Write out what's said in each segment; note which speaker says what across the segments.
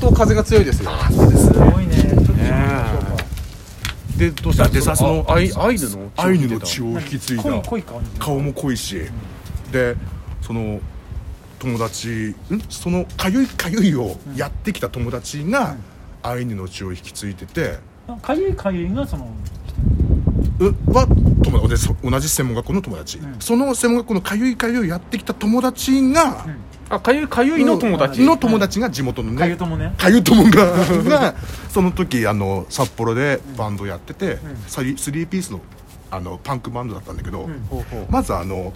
Speaker 1: 当風が強いですよ
Speaker 2: すごいねちょっと
Speaker 1: でどうした
Speaker 3: だってさそのアイアイヌの
Speaker 1: アイヌの血
Speaker 3: を
Speaker 1: を引き継いだ
Speaker 2: 濃い濃い顔に
Speaker 1: 顔も濃いしでその友達んそのかゆいかゆいをやってきた友達がアイヌの血を引き継いでて
Speaker 2: かゆいかゆいがその
Speaker 1: うは友達でそ同じ専門学校の友達、
Speaker 2: ん
Speaker 1: その専門学校のかゆいかゆいをやってきた友達が、
Speaker 2: ん
Speaker 3: あかゆいかゆいの友達
Speaker 1: の友達が地元のね
Speaker 2: かゆともね
Speaker 1: かゆともがが その時あの札幌でバンドやってて、サリスリーピースのあのパンクバンドだったんだけど、
Speaker 2: ほうほう
Speaker 1: まずあの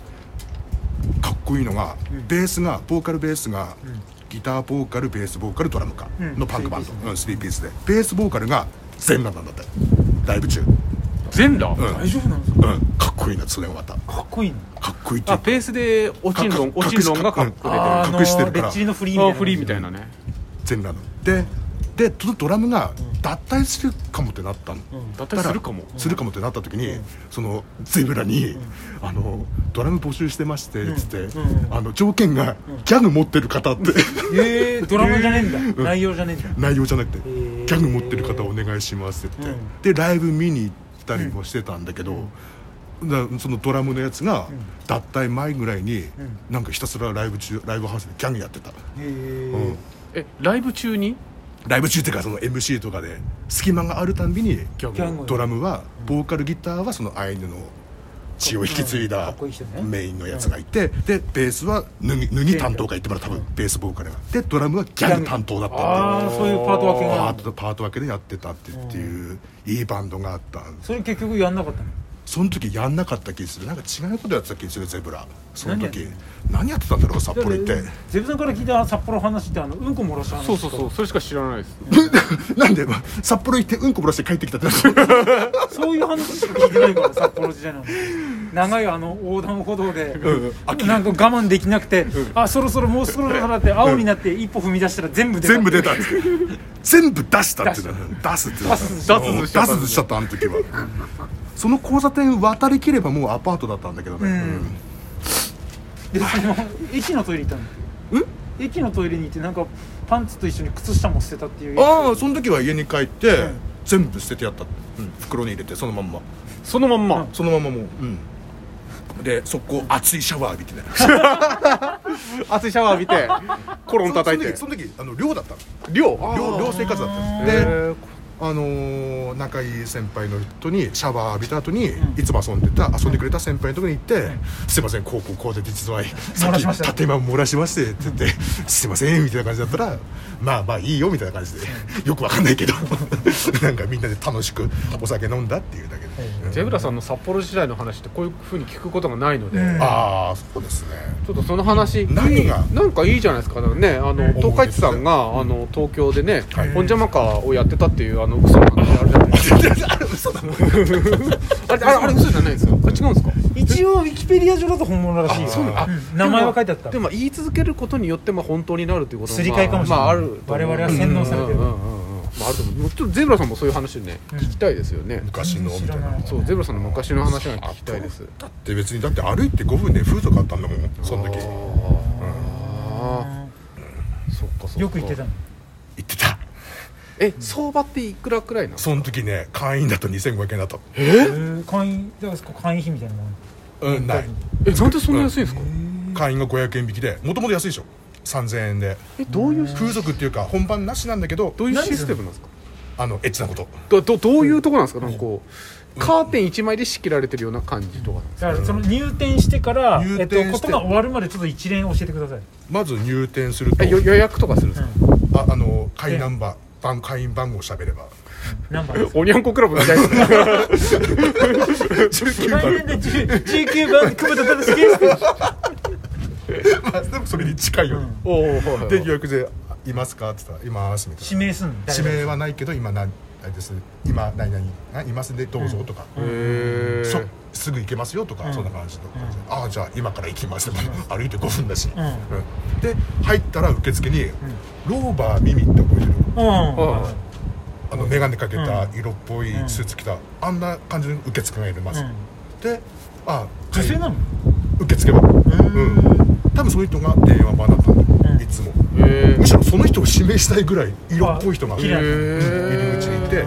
Speaker 1: かっこいいのが、ベースがボーカルベースが、ギターボーカルベースボーカルドラムか
Speaker 2: うん
Speaker 1: のパンクバンド、うん、スリーピースでベースボーカルが全裸なんだってライブ中、
Speaker 3: 全裸
Speaker 1: うん
Speaker 2: 大丈夫なの
Speaker 1: うん、かっこいいなそれがまた
Speaker 2: かっこいいの
Speaker 1: かっこいいってい
Speaker 3: あ
Speaker 1: うか
Speaker 3: ベースで落ちんのん
Speaker 1: か
Speaker 3: 落ちんのんがかっこ
Speaker 1: うんあ
Speaker 3: 出
Speaker 1: 隠してるから
Speaker 2: レッチリのフリ
Speaker 3: て
Speaker 2: ーみたい
Speaker 3: る
Speaker 2: な
Speaker 3: あフリーみたいなね
Speaker 1: 全裸なのででドドラムが脱退するかもってなったの、
Speaker 3: 脱退するかも
Speaker 1: するかもってなった時に、そのゼブラに、あの「ドラム募集してまして」っつって、
Speaker 2: うんうん
Speaker 1: あの条件が、ギャグ持ってる方って
Speaker 2: ええドラマじゃねえんだ内容じゃねえんだ
Speaker 1: 内容じゃなくて、
Speaker 2: ー
Speaker 1: ギャグ持ってる方お願いします」って言って、でライブ見に行ったりもしてたんだけど、だそのドラムのやつが、脱退前ぐらいに、なんかひたすらライブ中ライブハウスでギャグやってた、
Speaker 2: へ
Speaker 1: うん
Speaker 2: え
Speaker 3: えライブ中に
Speaker 1: ライブ中っていうかその MC とかで隙間があるたんびに
Speaker 3: ギャグ
Speaker 2: ギャグ
Speaker 1: ドラムはボーカルギターはそのアイヌの血を引き継い
Speaker 2: か
Speaker 1: だ
Speaker 2: っこいい人ね
Speaker 1: メインのやつがいてでベースは脱ぎ脱ぎ担当がいてもらう多分ベースボーカルがでドラムはギャグ担当だった
Speaker 2: あ
Speaker 1: ん
Speaker 2: あ
Speaker 1: で
Speaker 2: そういうパート分けがあ
Speaker 1: パー
Speaker 2: る
Speaker 1: トとパート分けでやってたってっていういいバンドがあったんです
Speaker 2: それ結局やんなかったの
Speaker 1: その時やんなかった気するなんか違うことやってた気するゼブラその時
Speaker 2: 何や
Speaker 1: 何やってたんだろう札幌行って
Speaker 2: だからゼブさんから聞いた札幌の話ってあのうんこ漏らした話
Speaker 3: そうそうそうそれしか知らないです
Speaker 1: なんで札幌行ってうんこ漏らして帰ってきたって
Speaker 2: そういう話しか聞いてないから札幌時代な の長いあの横断歩道で
Speaker 1: うん
Speaker 2: なんか我慢できなくてあそろそろもうそろそろだって青になって一歩踏み出したら全部出た
Speaker 1: 全部出たんですよ全部出したっていうの出すっていう
Speaker 2: 出
Speaker 1: の
Speaker 2: す
Speaker 1: 出す出しちゃったあの時はその交差点渡りきればもうアパートだったんだけどね、
Speaker 2: うんでその駅のトイレ行ったの駅のトイレに行ってなんかパンツと一緒に靴下も捨てたっていう
Speaker 1: うんああその時は家に帰って、全部捨ててやった、うん袋に入れてそのまんま
Speaker 3: そのまん ま
Speaker 1: そのままもう、うんでそこ熱いシャワー浴び てね
Speaker 3: 熱いシャワー浴びて コロン叩いて
Speaker 1: その時その時あの寮だったの
Speaker 3: 寮
Speaker 1: 寮寮生活だったの
Speaker 3: で
Speaker 1: であのー仲いい先輩の人にシャワー浴びた後に、いつも遊んでた遊んでくれた先輩のところに行って「すいませんこうこうこうで実はさっ
Speaker 2: ら
Speaker 1: き
Speaker 2: しました
Speaker 1: 建前漏らしまして」って言って「すいません」みたいな感じだったら「まあまあいいよ」みたいな感じでよくわかんない けどなんかみんなで楽しくお酒飲んだっていうだけで、うん
Speaker 3: ゼブラさんの札幌時代の話ってこういうふうに聞くことがないので、
Speaker 2: うん
Speaker 1: ああそうですね
Speaker 3: ちょっとその話
Speaker 1: 何が
Speaker 3: なんかいいじゃないですかだからねあの東海地さんがあの東京でね
Speaker 1: はい
Speaker 3: 本邪魔かをやってたっていうあの嘘の話あるじゃないですか
Speaker 1: あれ嘘だもん
Speaker 3: あれあれあれ嘘じゃないですよあれ違うんですか
Speaker 2: 一応ウィキペディア上だと本物らしいよ
Speaker 1: あそうなのあ
Speaker 2: ん名前は書いてあった
Speaker 3: でも言い続けることによってまあ本当になるということ
Speaker 2: すり替えかもしれない
Speaker 3: まあ、ある
Speaker 2: 我々は洗脳されてる
Speaker 3: うんうんうんうんまあ、あると思うちょっとゼブラさんもそういう話ね聞きたいですよね、
Speaker 1: 昔のみたいな
Speaker 3: そうゼブラさんの昔の話が聞きたいです
Speaker 1: だって別にだって歩いて5分で風俗あったんだもんその時
Speaker 3: あ
Speaker 1: 行
Speaker 3: あーそっかそっか
Speaker 2: よく言ってたの
Speaker 1: ってた
Speaker 3: え相場っていくらくらいなの
Speaker 1: その時ね会員だと2500円だった
Speaker 2: えー会員だから会員費みたいなもん
Speaker 1: うんない
Speaker 3: えなんでそんな安いんですか、
Speaker 1: 会員が500円引きでもともと安いでしょ3000円で
Speaker 3: えどういう
Speaker 1: 風俗っていうか本番なしなんだけど
Speaker 3: どういうシステムなんですか
Speaker 1: あのエッチなこと
Speaker 3: どどどういうとこなんですかなんかこうカーテン一枚で仕切られてるような感じとかなんですか
Speaker 2: だからその入店してから
Speaker 1: 入
Speaker 2: えっ
Speaker 1: 店
Speaker 2: と
Speaker 1: し
Speaker 2: こ
Speaker 1: て
Speaker 2: とが終わるまでちょっと一連教えてください
Speaker 1: まず入店すると
Speaker 3: えよ予約とかするんですか、
Speaker 1: ああの会員ナンバー番会員番号喋 れば
Speaker 2: 何番ですか
Speaker 3: おにゃんこクラブみたいですね
Speaker 2: 来年で10
Speaker 1: 19番
Speaker 2: 19番久保田忠介です
Speaker 1: まあでもそれに近いよね、
Speaker 3: おお、はいはいはい、
Speaker 1: で予約で「いますか?」って言ったら「います」みたい
Speaker 2: 指名すんの
Speaker 1: な指名はないけど今何あれです今何々あいますんでどうぞとか、
Speaker 3: へー
Speaker 1: そすぐ行けますよとか、そんな感じとか、ああじゃあ今から行きます、 歩いて5分だし、
Speaker 2: ん
Speaker 1: うんで入ったら受付に、ローバーミミって覚えてる
Speaker 2: うん
Speaker 3: ああ
Speaker 1: あの眼鏡かけた色っぽいスーツ着た、あんな感じの受付がいるます、
Speaker 2: うん
Speaker 1: であ
Speaker 2: 女性
Speaker 1: は
Speaker 2: なの
Speaker 1: い受付はうん多分そういう人が電話番だったんだよ、いつも
Speaker 3: へへ
Speaker 1: むしろその人を指名したいぐらい色っぽい人が
Speaker 2: あ
Speaker 1: 入
Speaker 2: 綺麗な
Speaker 1: り
Speaker 3: え
Speaker 1: 口にいて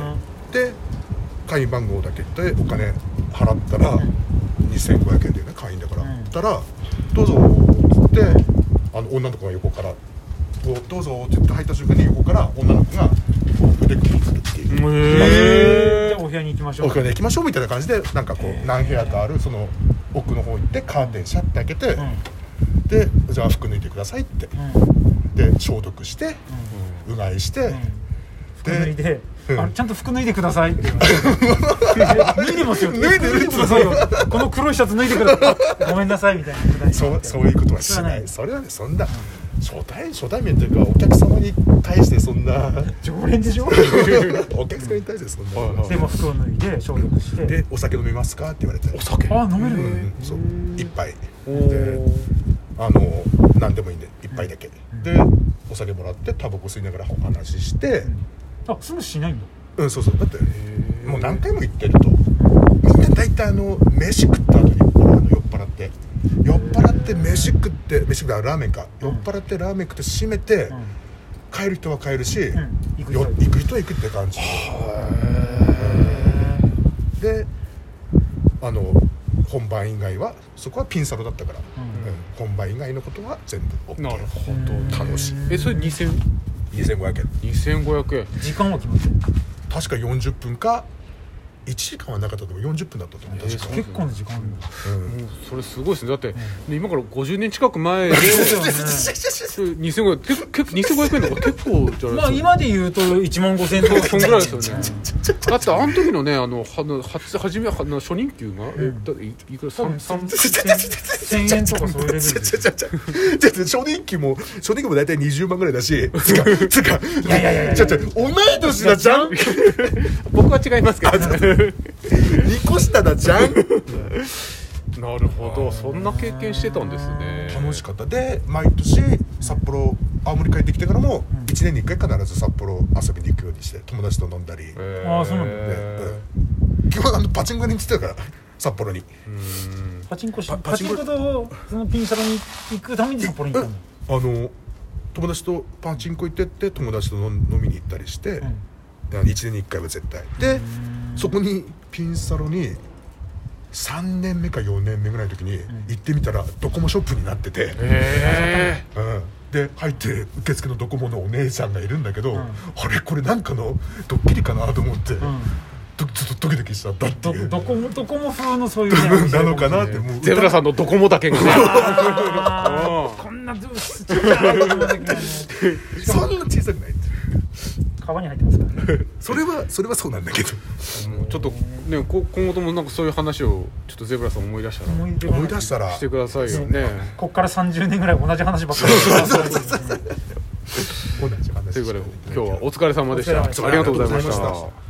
Speaker 1: で会員番号だけ言ってお金払ったら2500円でね会員だから、
Speaker 2: うん
Speaker 1: ったら「どうぞ」っつってあの女の子が横から「どうどうぞ」って言って入った瞬間に横から女の子がこう腕組みするっていう。
Speaker 2: へえお部屋に行きましょ
Speaker 1: お
Speaker 2: う
Speaker 1: 風呂に行きましょうみたいな感じでなんかこう何部屋かあるその奥の方行ってカーテンシャッて開けて、
Speaker 2: うん
Speaker 1: でじゃあ服脱いでくださいって
Speaker 2: うん
Speaker 1: で消毒して、うがいして、
Speaker 2: 服脱いで
Speaker 1: うん
Speaker 2: あのちゃんと服脱いでくださいって言われて脱いでますよ
Speaker 1: 脱いでる
Speaker 2: 脱いでくださいよこの黒いシャツ脱いでくださいごめんなさいみたいなくだり
Speaker 1: そうそういうことはし
Speaker 2: それは
Speaker 1: な
Speaker 2: ないい
Speaker 1: それはねそんな初対初対面というかお客様に対してそんな
Speaker 2: 常連でしょ
Speaker 1: お客様に対してそんな、
Speaker 2: でも服を脱いで消毒して
Speaker 1: でお酒飲みますかって言われてお酒
Speaker 2: あ飲める
Speaker 1: う
Speaker 2: のね
Speaker 1: んそう一杯で
Speaker 3: ー
Speaker 1: あの何でもいいんで一杯だけ、でお酒もらってタバコ吸いながらお話しして、
Speaker 2: あそんなしないんだ
Speaker 1: うん、そうそうだってもう何回も言ってるとみんな大体あの飯食った後にあの酔っ払って酔っ払って飯食って飯食ったラーメンか酔っ払ってラーメン食って閉めて、
Speaker 2: うん
Speaker 1: 帰る人は帰るし、よ
Speaker 2: 行
Speaker 1: 行
Speaker 2: く人
Speaker 1: く
Speaker 2: は
Speaker 1: 人
Speaker 2: 行く
Speaker 1: は行くって感じであの本番以外はそこはピンサロだったから、
Speaker 2: うん
Speaker 1: うん本番以外のことは全部 OK
Speaker 3: なるほ
Speaker 2: ど
Speaker 1: 楽しい
Speaker 3: えそれ2000
Speaker 1: 2500円
Speaker 3: 2500円
Speaker 2: 時間は決まってる
Speaker 1: 確か40分か1時間はなかったと思う40分だったと思う確か、
Speaker 3: えー
Speaker 2: 結構な時間あるんだ
Speaker 1: うん
Speaker 3: もうそれすごいですねだって、ね今から50年近く前 で
Speaker 2: そうだよ
Speaker 3: 2500円結構2500円とか結構じゃ
Speaker 2: ねま
Speaker 3: ないです
Speaker 2: あ
Speaker 3: か、
Speaker 2: 今で言うと1万5000とか
Speaker 3: そんぐらいですよねだって あの時のねあのはあの初初めはあの初任給が、えだっていいくら
Speaker 2: 多分
Speaker 3: 三三
Speaker 2: 1000円とかそういうレベル
Speaker 1: ちゃ
Speaker 2: です
Speaker 1: ちゃ
Speaker 2: よ
Speaker 1: ちゃちゃちゃちゃ初任給も初任給も大体20万ぐらいだしつかつかい
Speaker 2: やいやいやいや
Speaker 1: ちゃちゃ同い年だじゃん
Speaker 3: 僕は違いますけど、
Speaker 1: 2個下だじゃん
Speaker 3: なるほどそんな経験してたんですね
Speaker 1: 楽しかったで毎年札幌青森帰ってきてからも1年に1回必ず札幌遊びに行くようにして友達と飲んだり、
Speaker 3: えー
Speaker 2: あーそうなんだ
Speaker 1: 今日あのパチンコに行ってたから 札幌に
Speaker 2: パチンコし
Speaker 1: パ
Speaker 2: パチンコとそのピンサロに行くために札幌に行ったんだ
Speaker 1: あの友達とパチンコ行ってって友達と飲ん飲みに行ったりして、
Speaker 2: うん
Speaker 1: 1年に1回は絶対でそこにピンサロに3年目か4年目ぐらいの時に行ってみたらドコモショップになってて、
Speaker 3: え
Speaker 1: うんで入って受付のドコモのお姉さんがいるんだけど、
Speaker 2: ん
Speaker 1: あれこれなんかのドッキリかなと思って、
Speaker 2: うん
Speaker 1: どちょっとドキドキしちゃったってい
Speaker 2: ど
Speaker 1: う
Speaker 2: どこもどこも風のそういう
Speaker 1: なのかなってもう
Speaker 3: ー、ゼブラさんのドコモだけがね
Speaker 2: あーこんなずちっちゃいのができないね
Speaker 1: そんな小さくない
Speaker 2: 川に入ってますからね
Speaker 1: それはそれはそうなんだけど
Speaker 3: ちょっとねこ今後ともなんかそういう話をちょっとゼブラさん思い出したら
Speaker 2: 思い出が
Speaker 1: 思い出したら
Speaker 3: してくださいよね
Speaker 2: こっから30年ぐらい同じ話ばっかりしてます
Speaker 1: 同じ話
Speaker 3: ということで
Speaker 1: していただいて
Speaker 3: 今日はお疲れ様でし
Speaker 2: お
Speaker 3: た
Speaker 2: 疲れ様でした
Speaker 3: ありがとうございまし
Speaker 1: ありがとうございました
Speaker 3: た